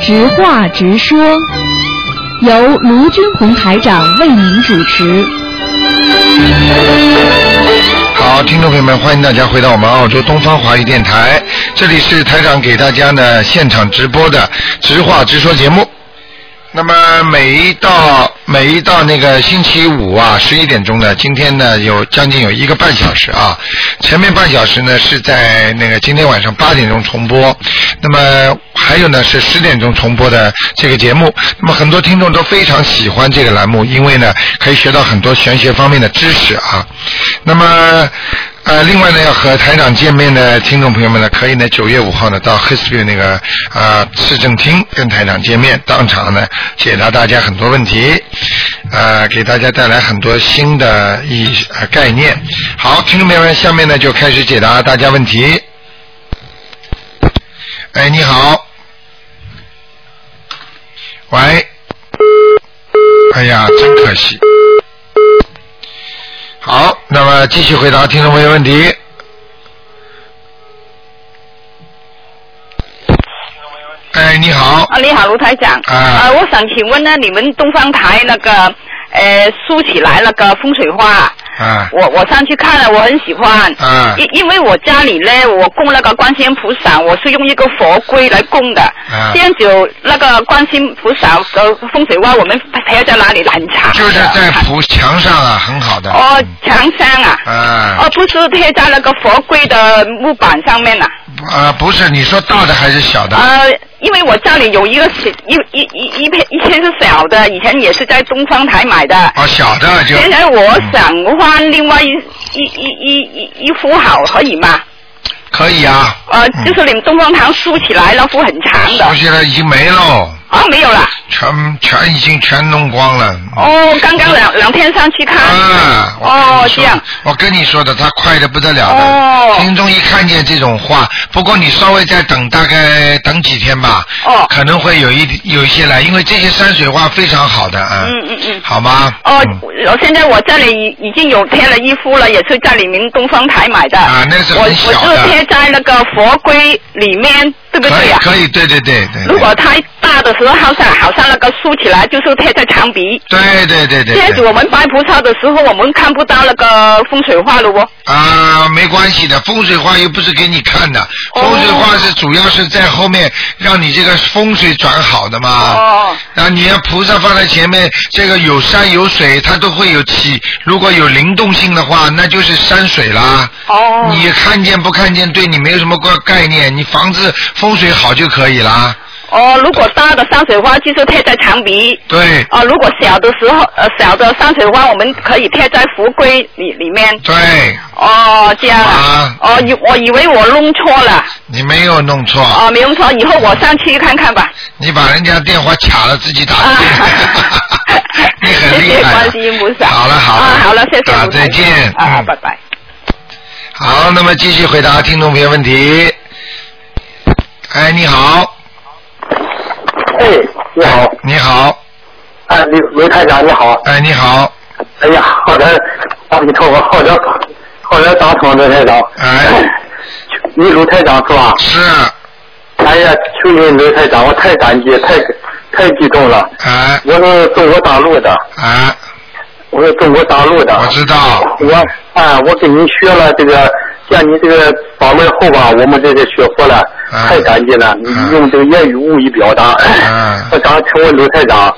直话直说，由卢军红台长为您主持。好，听众朋友们，欢迎大家回到我们澳洲东方华语电台，这里是台长给大家呢现场直播的直话直说节目。那么每一到每一到那个星期五啊，十一点钟呢，今天呢有将近有一个半小时啊，前面半小时呢是在那个今天晚上八点钟重播，那么还有呢是十点钟重播的这个节目。那么很多听众都非常喜欢这个栏目，因为呢可以学到很多玄学方面的知识啊。那么呃，另外呢，要和台长见面的听众朋友们呢，可以呢，九月五号呢，到 h i s b u 那个啊、市政厅跟台长见面，当场呢解答大家很多问题，呃，给大家带来很多新的意义呃概念。好，听众朋友们，下面呢就开始解答大家问题。哎，你好，喂，哎呀，真可惜。好，那么继续回答听众朋友问题。哎，你好，啊，你好，卢台长。啊呃我想请问呢，你们东方台那个呃竖起来那个风水画，啊我我上去看了，我很喜欢。啊因因为我家里呢，我供那个观世音菩萨，我是用一个佛龟来供的。啊这样就那个观世音菩萨呃风水画，我们还要在哪里拦查？ 就是在菩墙上啊，很好的。哦，墙上啊。嗯。啊哦，不是贴在那个佛柜的木板上面呐、啊，不是，你说大的还是小的？呃，因为我家里有一个小一一一一片一片是小的，以前也是在东方台买的。哦，小的就现在我嗯想换另外一一一一一一幅好，可以吗？可以啊。呃，嗯就是你们东方堂竖起来那幅很长的熟。悉了，已经没喽，啊，没有啦。全全已经全弄光了。哦，刚刚两两天上去看。嗯啊，我跟哦你，说这样。我跟你说的，他快的不得了的。哦听众一看见这种话，不过你稍微再等，大概等几天吧。哦可能会有一有一些来，因为这些山水画非常好的啊。嗯嗯嗯好吗？哦嗯，我现在我这里已已经有贴了一幅了，也是在你们东方台买的。啊那是我我很小的是贴在那个佛龟里面，对不可对以呀、可以，对对对对。对如果太大的时候，好像好像那个竖起来就是贴在墙壁。对对对这对。样子对我们拜菩萨的时候，我们看不到那个风水画了哦。啊，没关系的，风水画又不是给你看的，哦风水画是主要是在后面让你这个风水转好的嘛。哦那你要菩萨放在前面，这个有山有水，它都会有起。如果有灵动性的话，那就是山水啦。哦你看见不看见，对你没有什么概概念。你房子风水好就可以啦。哦，如果大的山水画就是贴在墙壁。对哦，如果小的时候，呃，小的山水画我们可以贴在福龟里里面。对，哦，这样啊哦，以我以为我弄错了。你没有弄错。哦，没弄错，以后我上去看看吧。啊你把人家电话卡了，自己打进去，啊 你很厉害啊。谢谢观世音菩萨。好了好了，啊，好了，谢谢啊卢台长。再见。啊，嗯拜拜。好，那么继续回答听众朋友问题。哎，你好，哎，你好，你好，哎，刘刘台长你好，哎，你好，哎呀，好的，阿弥陀佛，好的，好的，打通了台长。哎，你卢台长是吧？是，哎呀，求你卢台长，我太感激，太太激动了。哎，我是中国大陆的，哎，我是中国大陆的。我知道，我啊，我跟您学了这个，像你这个法门后吧，我们这个学佛了，嗯太感激了。嗯你用这个言语无以表达。嗯我想请问卢台长，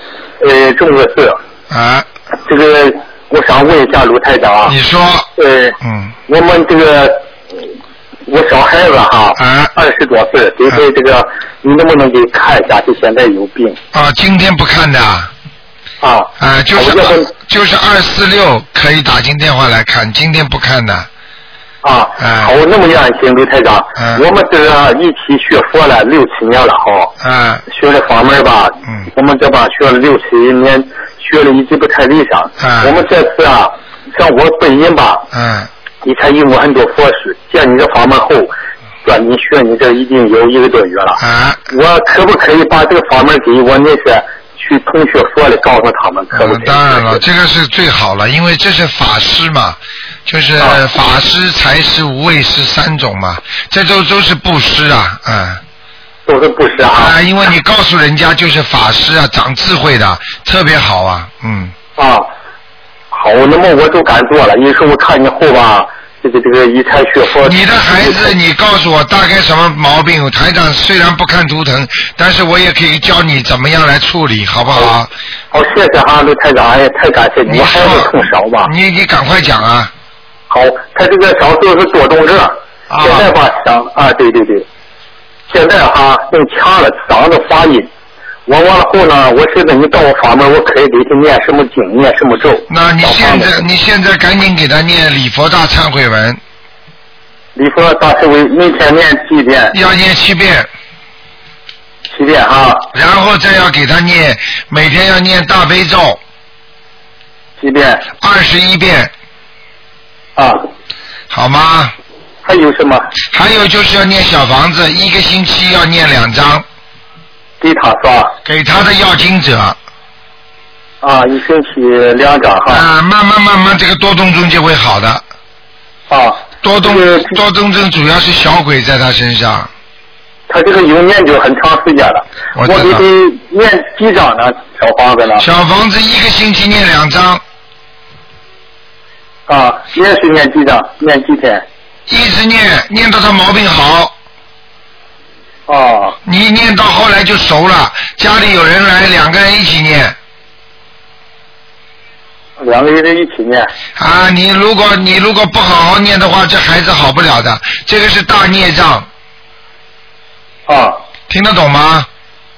呃，中国事。哎，这个我想问一下卢台长啊，你说，呃，嗯，我们这个我小孩子哈啊，二十多岁，对对，这个你能不能给看一下？就现在有病啊，今天不看的，啊，啊，就是我就很就是二四六可以打进电话来看，今天不看的，啊，啊好，我那么样行，卢台长嗯，我们这个一起学佛了六七年了哈，啊，学了法门吧嗯，我们这把学了六七年，学了一直不太理想啊，我们这次啊，像我本人吧，嗯，以前用过很多佛事，见你这法门后，转你学你这已经有一个多月了。啊，我可不可以把这个法门给我那些去同学说的，告诉他们？可不可嗯以？，当然了，这个是最好了，因为这是法师嘛，就是啊法师、财师、无畏师三种嘛，这都都是布施啊，嗯，都是布施啊，啊因为你告诉人家就是法师啊，长智慧的，特别好啊，嗯，啊。好，那么我都敢做了。你说我看以后吧，这个这个以财学佛。你的孩子，你告诉我大概什么毛病？台长虽然不看图腾，但是我也可以教你怎么样来处理，好不好？好，谢谢哈，卢台长，哎呀，太感谢哦你，你我还有说痛少吧，？你你赶快讲啊！好，他这个少数是多动症，啊现在吧想啊，对对对，现在哈用掐了嗓子发音，我完了后呢，我寻思你到我法门，我可以给他念什么经，念什么咒。那你到法现门在你现在赶紧给他念礼佛大忏悔文，你说大师为每天念几遍？ 要念七遍，七遍哈，然后再要给他念，每天要念大悲咒七遍二十一遍，啊，好吗？还有什么？还有就是要念小房子，一个星期要念两张，给他是吧？给他的要经者啊、哦啊，一星期两张哈，啊慢慢慢慢这个多动症就会好的。啊，多动这个多动症主要是小鬼在他身上，他这个有念就很长时间了，我我知道给他念几张呢？小房子呢？小房子一个星期念两张，啊，也是念几张，念几天？一直念念到他毛病好。啊你念到后来就熟了，家里有人来，两个人一起念两个人一起念。啊。你如果你如果不好好念的话，这孩子好不了的，这个是大孽障，啊，听得懂吗？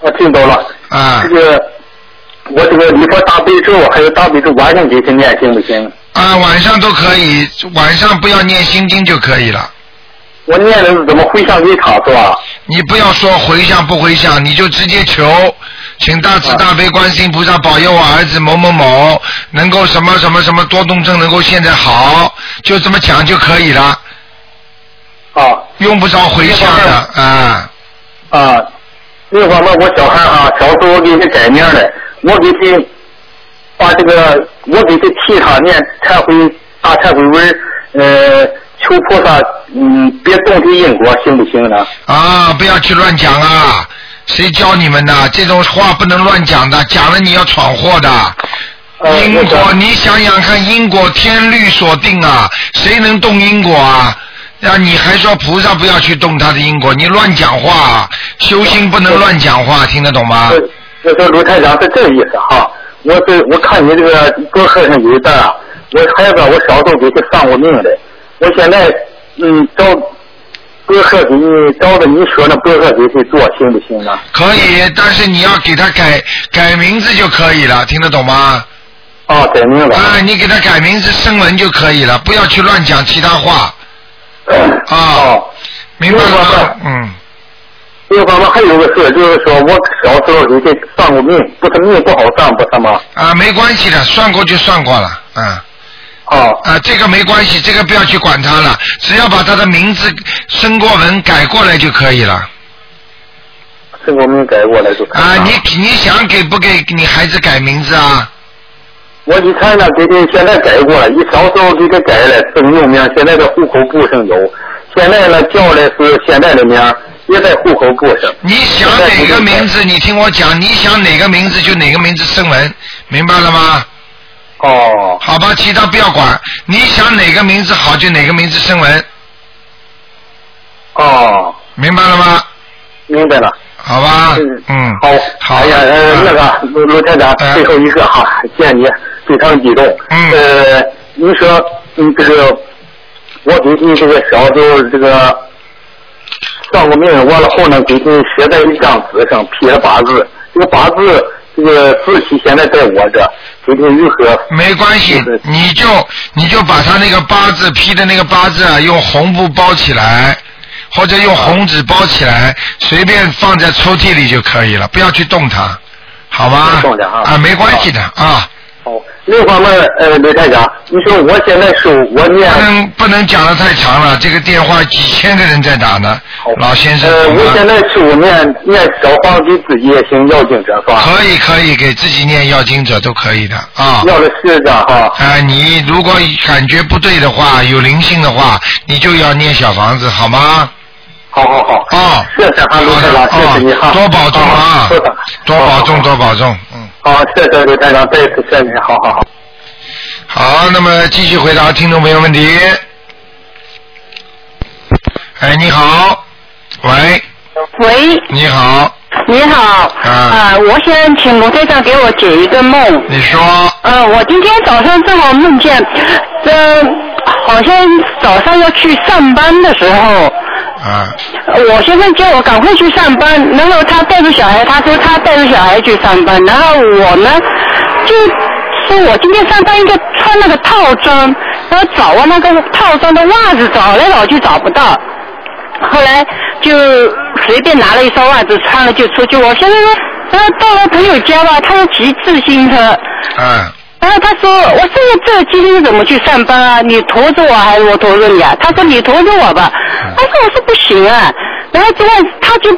我听懂了。啊这个我这个礼佛大悲咒，还有大悲咒晚上给他念行不行？啊，晚上都可以，晚上不要念心经就可以了。我念的是怎么回向给他是吧？你不要说回向不回向，你就直接求，请大慈大悲观世音菩萨保佑我儿子某某某能够什么什么什么多动症能够现在好，就这么讲就可以了，啊用不着回向的啊。啊，另外嘛，我小孩啊，小时候我给他改名了，我给他把这个，我给他替他念忏悔大忏悔文，呃，求菩萨，嗯，别动他因果，行不行呢？啊，不要去乱讲啊！谁教你们的？这种话不能乱讲的，讲了你要闯祸的。呃因那个果，你想想看，因果天律所定啊，谁能动因果啊？那你还说菩萨不要去动他的因果？你乱讲话，啊！修心不能乱讲话，听得懂吗？这这这卢台长是这个意思哈。我是我看你这个博客上有一段啊，我孩子我小时候给他丧过命的，我现在嗯照博客给你照着你说那博客给他做行不行呢？可以，但是你要给他改改名字就可以了，听得懂吗？啊，改名了。啊，你给他改名字声纹就可以了，不要去乱讲其他话，啊 哦，明白了明白吗了？嗯。另外嘛还有个事，就是说我小时候给他丧过命，不是命不好丧不是吗？啊，没关系的，算过就算过了，嗯，啊啊，这个没关系，这个不要去管他了，只要把他的名字申过文改过来就可以了。这个我没改过来就可以了啊，你你想给不给你孩子改名字啊？我以前呢给他现在改过了，一小时候给他改了是用名，现在在户口簿上有。现在呢叫的是现在的名，也在户口簿上。你想哪个名字？你听我讲，你想哪个名字就哪个名字申文，明白了吗？哦，好吧，其他不要管，你想哪个名字好就哪个名字申文，哦，明白了吗？明白了。好吧，嗯，好，好，哎呀，呃嗯那个卢卢台长，嗯最后一个哈，见你非常激动。嗯呃，你说，嗯，这个，我给你这个小时候这个算过命，完了后呢，给你写在一张纸上，批了八字。这个八字，这个字体现在在我这，给你如何？没关系是的，你就你就把他那个八字批的那个八字啊，用红布包起来，或者啊用红纸包起来，随便放在抽屉里就可以了，不要去动它，好吗不动它？啊啊，没关系的啊，哦，另一方面，呃，卢台长，你说我现在是我念不能不能讲的太长了，这个电话几千个人在打呢好，老先生，嗯呃，好我吗现在是我念念小黄给自己也行，要经者是吧？可以可以给自己念要经者都可以的啊。要的是的哈。啊，你如果感觉不对的话，有灵性的话，你就要念小房子，好吗？好好好。哦谢谢哈卢台长，谢谢你哈。哦多保重啊好是的，多保重，多保重，嗯。好，谢谢卢台长，再次谢谢你，好好好。好，那么继续回答听众朋友问题。哎，你好，喂，喂，你好，你好，嗯呃，我想请罗队长给我解一个梦。你说，呃，我今天早上正好梦见，呃，好像早上要去上班的时候，啊，我先生叫我赶快去上班，然后他带着小孩，他说他带着小孩去上班，然后我呢就说我今天上班应该穿那个套装，然后找啊那个套装的袜子找来找去找不到，后来就随便拿了一双袜子穿了就出去，我先生说，然后到了朋友家吧，他要骑自行车，啊，然后他说：“我这个这今天怎么去上班啊？你驮着我还是我驮着你啊？”他说：“你驮着我吧。”他说：“我说不行啊。”然后之后他就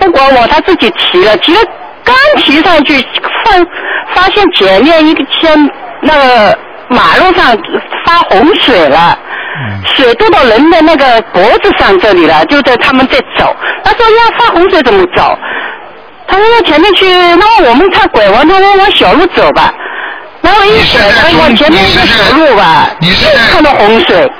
不管我，他自己骑了，骑了刚骑上去，发发现前面一个圈那个马路上发洪水了。嗯水渡到人的那个脖子上这里了，就在他们在走。他说要发洪水怎么走？他说要前面去，那么我们他拐弯，他说往小路走吧。然后一你是拐在弯，往前面一个你是在小路吧，你是在看到洪水，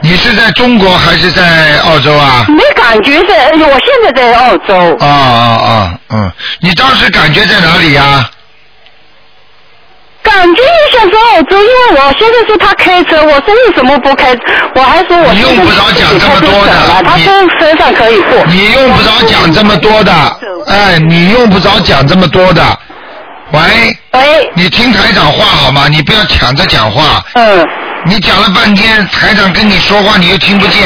你是在中国还是在澳洲啊？没感觉是，哎呦我现在在澳洲，啊啊啊，嗯，你当时感觉在哪里啊呀、感觉一下是澳洲，因为我先生说他开车，我说为什么不开？我还说我你用先不生着自己讲这开么车多的走了他你说身上可以过。你用不着讲这么多的，哎，你用不着讲这么多的。喂，哎，你听台长话好吗？你不要抢着讲话，嗯，你讲了半天，台长跟你说话你又听不见，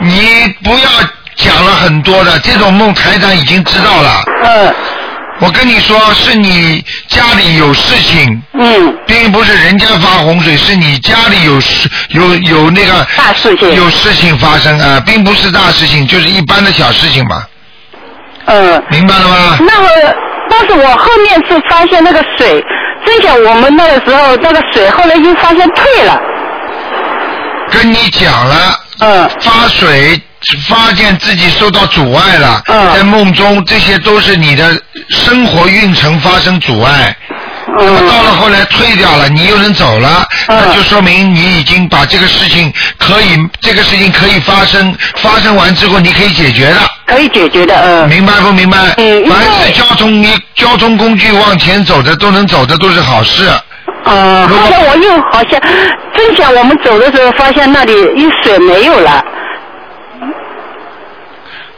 你不要讲了很多的，这种梦台长已经知道了。嗯，我跟你说，是你家里有事情，嗯，并不是人家发洪水，是你家里有事有有那个大事情。有事情发生啊、并不是大事情，就是一般的小事情嘛，嗯，明白了吗？那个，但是我后面是发现那个水，真想我们那个时候那个水后来又发现退了。跟你讲了，嗯发水发现自己受到阻碍了，嗯在梦中这些都是你的生活运程发生阻碍。那么到嗯了后来退掉了，你又能走了，嗯那就说明你已经把这个事情可以，这个事情可以发生，发生完之后你可以解决了。可以解决的，嗯明白不明白？嗯因为凡是交通你交通工具往前走的都能走的都是好事。嗯，如果好像我又好像真想我们走的时候发现那里一水没有了，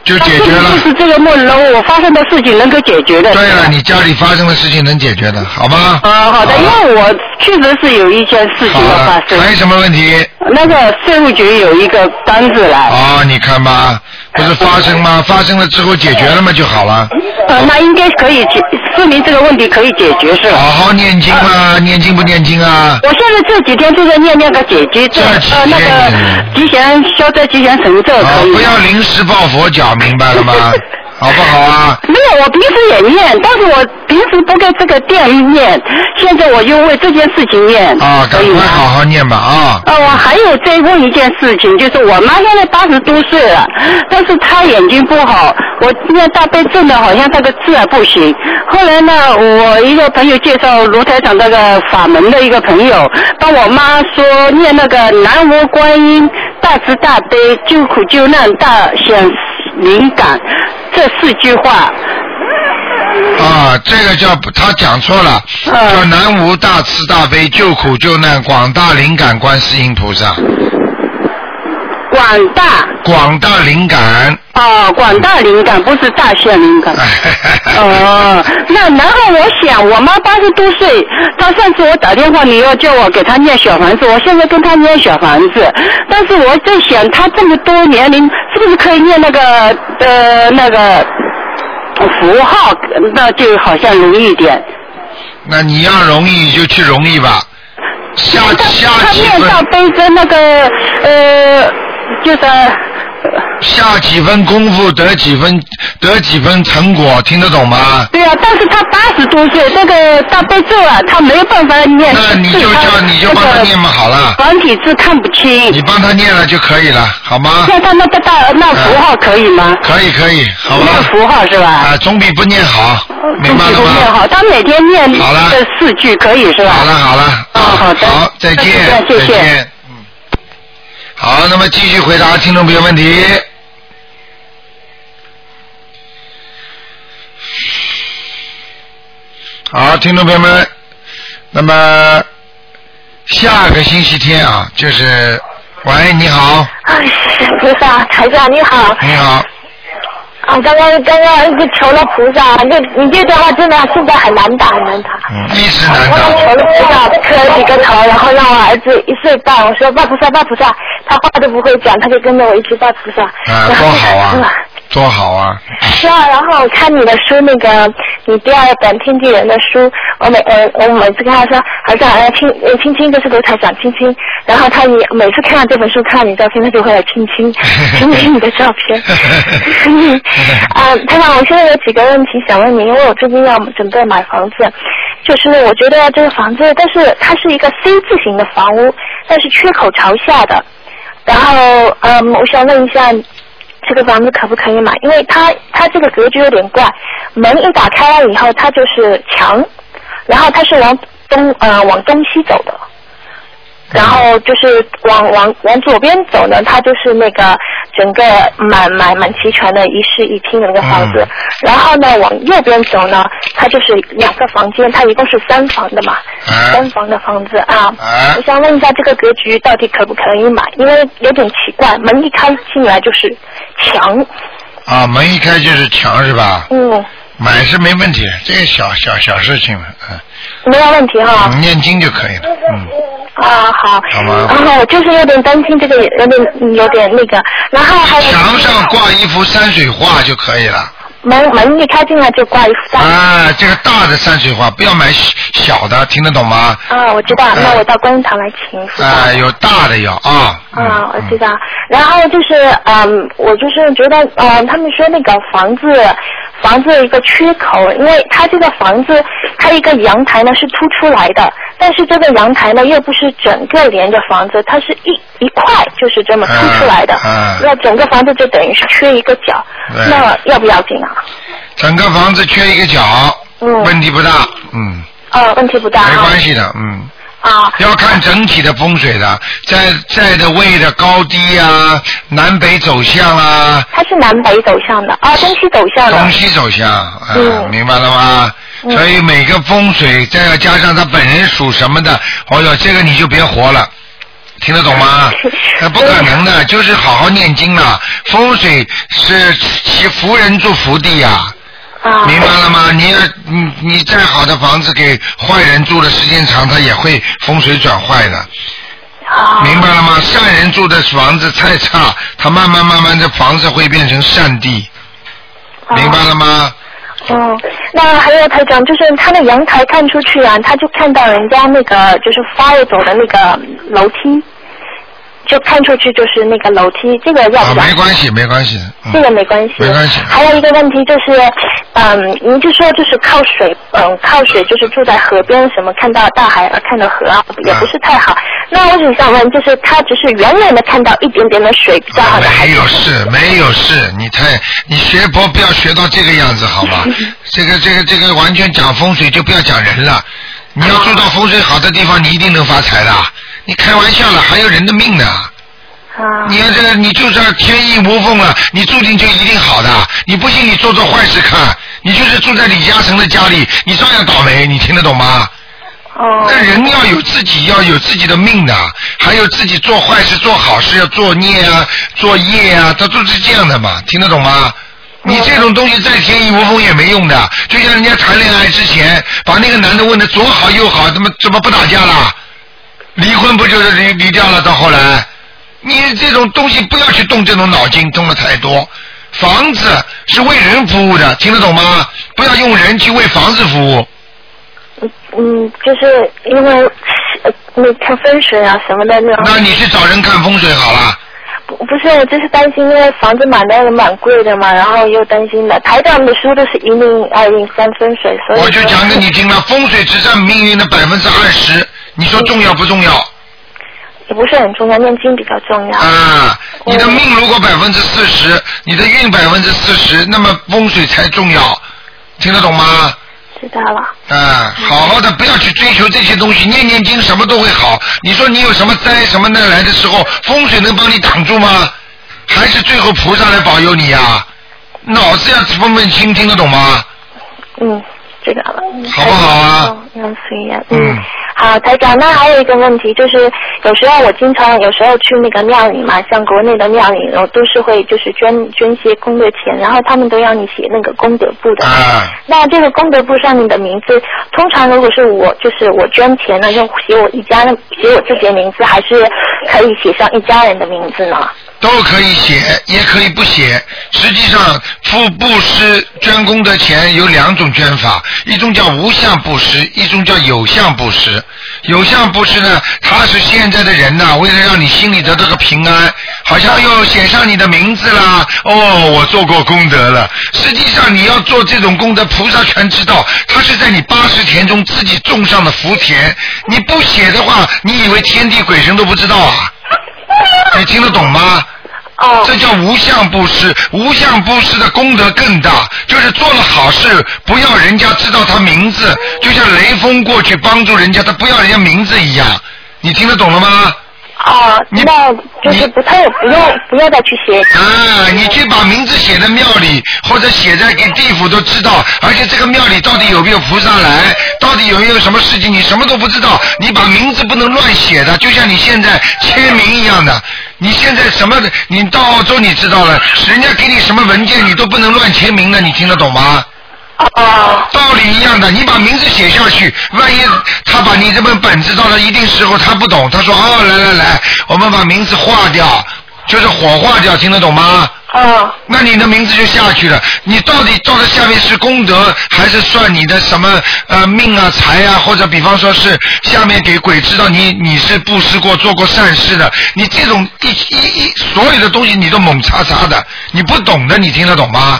就解决但了是。就是这个梦龙我发生的事情能够解决的。对了，你家里发生的事情能解决的，好吗？啊，好的，好因了为我确实是有一件事情好要了发，生，还有什么问题？那个税务局有一个单子来，哦，你看吧，不是发生吗？发生了之后解决了嘛就好了。呃，那应该可以解，说明这个问题可以解决是吧？好好念经嘛，念经不念经啊？我现在这几天就在念那个姐姐咒，这几呃，那天个吉祥消灾吉祥神咒啊可，以。不要临时抱佛脚，明白 了吗？好不好啊？没有，我平时也念，但是我平时不跟这个店念，现在我就为这件事情念。啊，赶可以吗快好。好念吧啊！呃，我还有再问一件事情，就是我妈现在八十多岁了，但是她眼睛不好，我念大悲咒呢，好像那个字啊不行。后来呢，我一个朋友介绍卢台长那个法门的一个朋友，帮我妈说念那个南无观音大慈大悲救苦救难大显灵感这四句话。啊，这个叫他讲错了，嗯叫南无大慈大悲救苦救难广大灵感观世音菩萨，广大广大灵感。哦，广大灵感不是大限灵感。哦，那然后我想，我妈八十多岁，她上次我打电话，你要叫我给她念小房子，我现在跟她念小房子，但是我在想，她这么多年龄，是不是可以念那个呃那个符号，呃那就好像容易一点。那你要容易就去容易吧，下她下她几念到分背着那个呃，就是下几分功夫得几分得几分成果，听得懂吗？对啊，但是他八十多岁，那个大悲咒啊，他没有办法念，那你就对叫你就帮他念嘛好了那个繁体字看不清，你帮他念了就可以了，好吗？那他那个大那符号可以吗？可以可以，好吧那。符号是吧？啊，总比不念好，明白自了己不吗？念好，他每天念好了这四句可以是吧？好了好了，啊哦好的好，再见，再见谢谢再见，嗯，好，那么继续回答听众朋友问题。好，听众朋友们，那么下个星期天啊，就是，喂，你好，哎，菩萨，台长你好你好，啊！刚刚刚刚就求了菩萨，这你这电话真的现在很难打，很难打。嗯，一直难我打，求了菩萨磕了几个头，然后让我儿子一岁半，我说拜菩萨拜菩萨，他话都不会讲，他就跟着我一起拜菩萨。啊，然后多好啊嗯，多好啊，是啊，然后我看你的书，那个你第二本《天地人》的书，我每呃我每次跟他说，儿子来亲呃亲亲，这是卢台长亲亲，然后他也每次看到这本书，看到你照片，他就会来亲亲，亲亲你的照片。 啊、台长，我现在有几个问题想问你，因为我最近要准备买房子，就是我觉得这个房子，但是它是一个 C 字形的房屋，但是缺口朝下的，然后嗯，我想问一下。这个房子可不可以买？因为它它这个格局有点怪，门一打开了以后，它就是墙，然后它是往东呃往东西走的，然后就是往往往左边走呢，它就是那个整个蛮蛮蛮齐全的一室一厅的那个房子，嗯然后呢往右边走呢，它就是两个房间，它一共是三房的嘛，哎三房的房子啊。哎我想问一下，这个格局到底可不可以买？因为有点奇怪，门一开进来就是墙，啊，门一开就是墙是吧？嗯，买是没问题，这个小小小事情啊了，没有问题哈、嗯，念经就可以了，嗯，啊，好。好吗然后我就是有点担心这个，有点有点那个。然后还有嗯墙上挂一幅山水画就可以了。门门一开进来就挂一幅大。啊，这个大的山水画不要买小小的，听得懂吗？啊，我知道，嗯那我到观音堂来请一幅大啊，的。有大的要啊。嗯嗯啊，我知嗯道。然后就是，嗯，我就是觉得，嗯，他们说那个房子，房子有一个缺口，因为它这个房子，它一个阳台呢是凸出来的，但是这个阳台呢又不是整个连着房子，它是一一块就是这么凸出来的，嗯嗯那整个房子就等于是缺一个角，对那要不要紧啊？整个房子缺一个角，嗯问题不大，嗯，呃，问题不大没啊关系的，嗯。啊，要看整体的风水的，在在的位的高低啊，南北走向啊，它是南北走向的，啊，东西走向的东，西走向，啊，嗯明白了吗？嗯所以每个风水，再要加上他本人属什么的，哦哟，这个你就别活了。听得懂 吗？那不可能嗯的，就是好好念经了。风水是其福人住福地呀、啊，明白了吗？你要你你再好的房子给坏人住的时间长，他也会风水转坏的。啊，明白了吗？善人住的房子太差，他慢慢慢慢这房子会变成善地，啊明白了吗？嗯，那还有台长，就是他的阳台看出去啊，他就看到人家那个就是 fire 走的那个楼梯，就看出去就是那个楼梯，这个要啊，不要？没关系，没关系的。嗯这个没关系，没关系还有一个问题就是，嗯，您就说就是靠水，嗯，靠水就是住在河边，什么看到大海而看到河啊，也不是太好。那我只想问，就是他只是远远的看到一点点的水比较好啊的，还没是有事，没有事，你太你学佛不要学到这个样子，好 吧？这个这个这个完全讲风水就不要讲人了。你要住到风水好的地方，你一定能发财的。你开玩笑了，还有人的命呢。啊你要这，你就是天衣无缝了，你注定就一定好的。你不信，你做做坏事看。你就是住在李嘉诚的家里，你照样倒霉。你听得懂吗？哦那人要有自己要有自己的命的，还有自己做坏事做好事要作孽啊、作业啊，他都是这样的嘛，听得懂吗？你这种东西再天衣无缝也没用的，就像人家谈恋爱之前，把那个男的问的左好右好，怎么怎么不打架啦？离婚不就是离离掉了？到后来，你这种东西不要去动这种脑筋，动的太多。房子是为人服务的，听得懂吗？不要用人去为房子服务。嗯，就是因为呃那看风水啊什么的那种。那你去找人看风水好了。不不是，就是担心，因为房子买的蛮贵的嘛，然后又担心的。台长的书都是一命二运三风水，所以我就说讲给你听了，风水只占命运的百分之二十，你说重要不重要？也不是很重要，念经比较重要。啊，你的命如果百分之四十，你的运百分之四十，那么风水才重要，听得懂吗？知道了，啊，好好的，不要去追求这些东西，念念经什么都会好。你说你有什么灾什么难来的时候，风水能帮你挡住吗？还是最后菩萨来保佑你呀、脑子要分分清，听得懂吗？嗯，知道了。嗯好不好啊？嗯，所以啊，嗯嗯。好，台长，那还有一个问题就是，有时候我经常有时候去那个庙里嘛，像国内的庙里，我都是会就是捐捐些功德钱，然后他们都要你写那个功德簿的。啊，那这个功德簿上面的名字，通常如果是我就是我捐钱了，就写我一家写我自己的名字，还是可以写上一家人的名字呢？都可以写，也可以不写。实际上，付布施捐功德钱有两种捐法，一种叫无相布施，一种叫有相布施。有相布施呢，它是现在的人呐、为了让你心里得到个平安，好像又写上你的名字啦，哦，我做过功德了。实际上，你要做这种功德，菩萨全知道，他是在你八十田中自己种上的福田。你不写的话，你以为天地鬼神都不知道啊？你听得懂吗？哦这叫无相布施，无相布施的功德更大，就是做了好事，不要人家知道他名字，就像雷锋过去帮助人家，他不要人家名字一样。你听得懂了吗？哦，你那就是不太不用不要再去写。啊，你去把名字写在庙里，或者写在给地府都知道，而且这个庙里到底有没有菩萨来，到底有没有什么事情，你什么都不知道，你把名字不能乱写的，就像你现在签名一样的。你现在什么的，你到澳洲你知道了，人家给你什么文件你都不能乱签名的，你听得懂吗？哦道理一样的，你把名字写下去，万一他把你这本本子到了一定时候他不懂，他说哦来来来，我们把名字划掉，就是火化掉，听得懂吗？哦那你的名字就下去了。你到底到了下面是功德，还是算你的什么呃命啊财啊，或者比方说是下面给鬼知道你你是布施过做过善事的，你这种一一一所有的东西你都猛查查的，你不懂的你听得懂吗？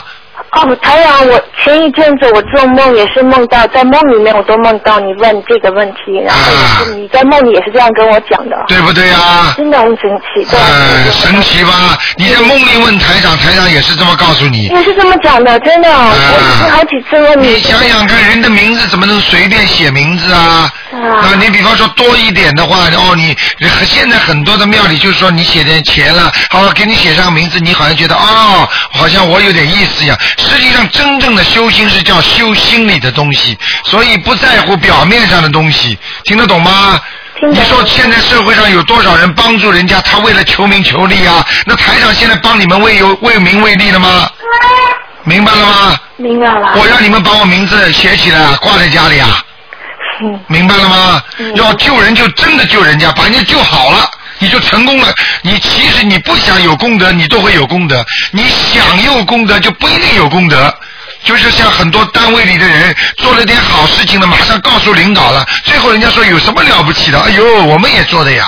哦，台长，我前一阵子我做梦也是梦到，在梦里面我都梦到你问这个问题，然后也是你在梦里也是这样跟我讲的，对不对啊？真的很神啊奇。对，呃，神奇吧？你在梦里问台长，台长也是这么告诉你。也是这么讲的，真的，我已经好几次问你啊你。想想看，人的名字怎么能随便写名字啊？啊啊，你比方说多一点的话，哦，你现在很多的庙里就是说你写点钱了，好给你写上名字，你好像觉得哦，好像我有点意思一样。实际上，真正的修心是叫修心里的东西，所以不在乎表面上的东西，听得懂吗？听你得懂说现在社会上有多少人帮助人家，他为了求名求利啊？那台长现在帮你们为有为名为利了吗？明白了吗？明白了。我让你们把我名字写起来，挂在家里啊，嗯明白了吗？嗯要救人就真的救人家，把人家救好了，你就成功了。你其实你不想有功德，你都会有功德；你想有功德，就不一定有功德。就是像很多单位里的人做了点好事情了，马上告诉领导了，最后人家说有什么了不起的？哎呦，我们也做的呀，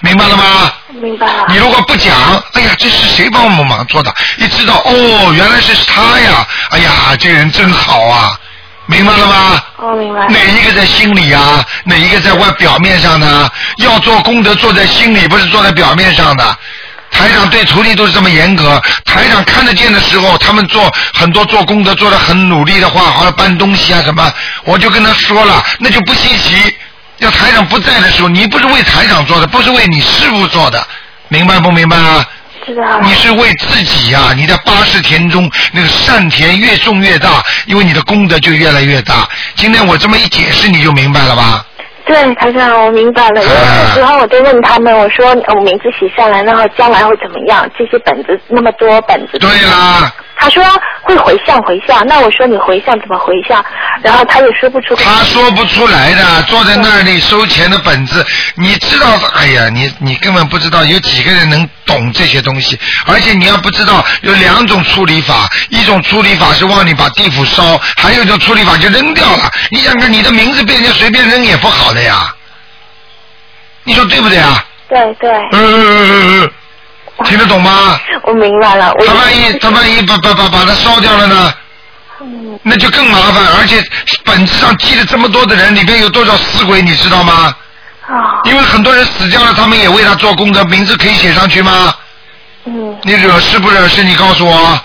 明白了吗？明白了你。如果不讲，哎呀，这是谁帮我们忙做的？一知道哦，原来是他呀！哎呀，这人真好啊，明白了吗？哦，明白了哪。一个在心里啊？哪一个在外表面上呢？要做功德，做在心里，不是做在表面上的。台长对徒弟都是这么严格。台长看得见的时候，他们做很多做功德，做的很努力的话，好像搬东西啊什么，我就跟他说了，那就不稀奇。要台长不在的时候，你不是为台长做的，不是为你师傅做的，明白不明白啊？知道了你。是为自己呀、你在八十田中那个善田越种越大，因为你的功德就越来越大。今天我这么一解释，你就明白了吧？对，台长，我明白了。有啊时候我都问他们，我说呃我名字写下来，然后将来会怎么样？这些本子那么多本子，对啦，他说会回向回向，那我说你回向怎么回向？然后他也说不出个。他说不出来的，坐在那里收钱的本子，你知道？哎呀，你你根本不知道有几个人能懂这些东西，而且你要不知道有两种处理法，一种处理法是往你把地府烧，还有一种处理法就扔掉了。你想看你的名字被人家随便扔也不好的呀，你说对不对啊？对对，嗯嗯嗯嗯嗯。听得懂吗？我明白了，我他万一他万一把把把把它烧掉了呢？那就更麻烦，而且本质上积了这么多的人，里边有多少死鬼，你知道吗？啊，因为很多人死掉了，他们也为他做功德，名字可以写上去吗？嗯，你惹是不惹是？你告诉我。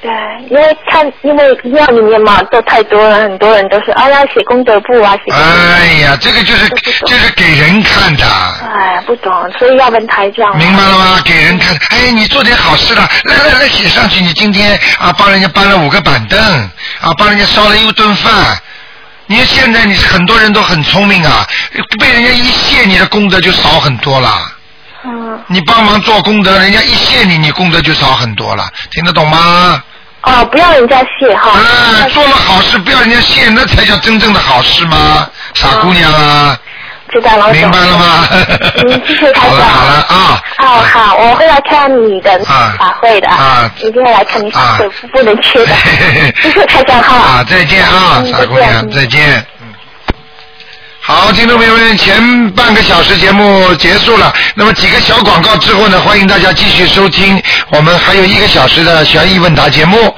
对，因为看，因为医院里面嘛，都太多了，很多人都是，哎呀，写功德簿啊，写功德簿，哎呀，这个就是就是给人看的。哎，不懂，所以要问台长。明白了吗？给人看，哎，你做点好事了，来来来，写上去。你今天啊，帮人家搬了五个板凳，啊，帮人家烧了一顿饭。你现在你很多人都很聪明啊，被人家一谢，你的功德就少很多了。嗯，你帮忙做功德，人家一谢你，你功德就少很多了，听得懂吗？哦，不要人家谢哈。啊，做了好事不要人家谢，那才叫真正的好事吗？傻姑娘啊，知道了，我懂明白了吗？嗯，谢谢台好长。了好了啊。哦，好，我会来看你的啊法会的啊一定要来看你法会啊，不能 缺的。谢谢台长哈。啊，再见啊，嗯傻姑娘，再再见。嗯，好，听众朋友们，前半个小时节目结束了，那么几个小广告之后呢，欢迎大家继续收听我们还有一个小时的悬疑问答节目。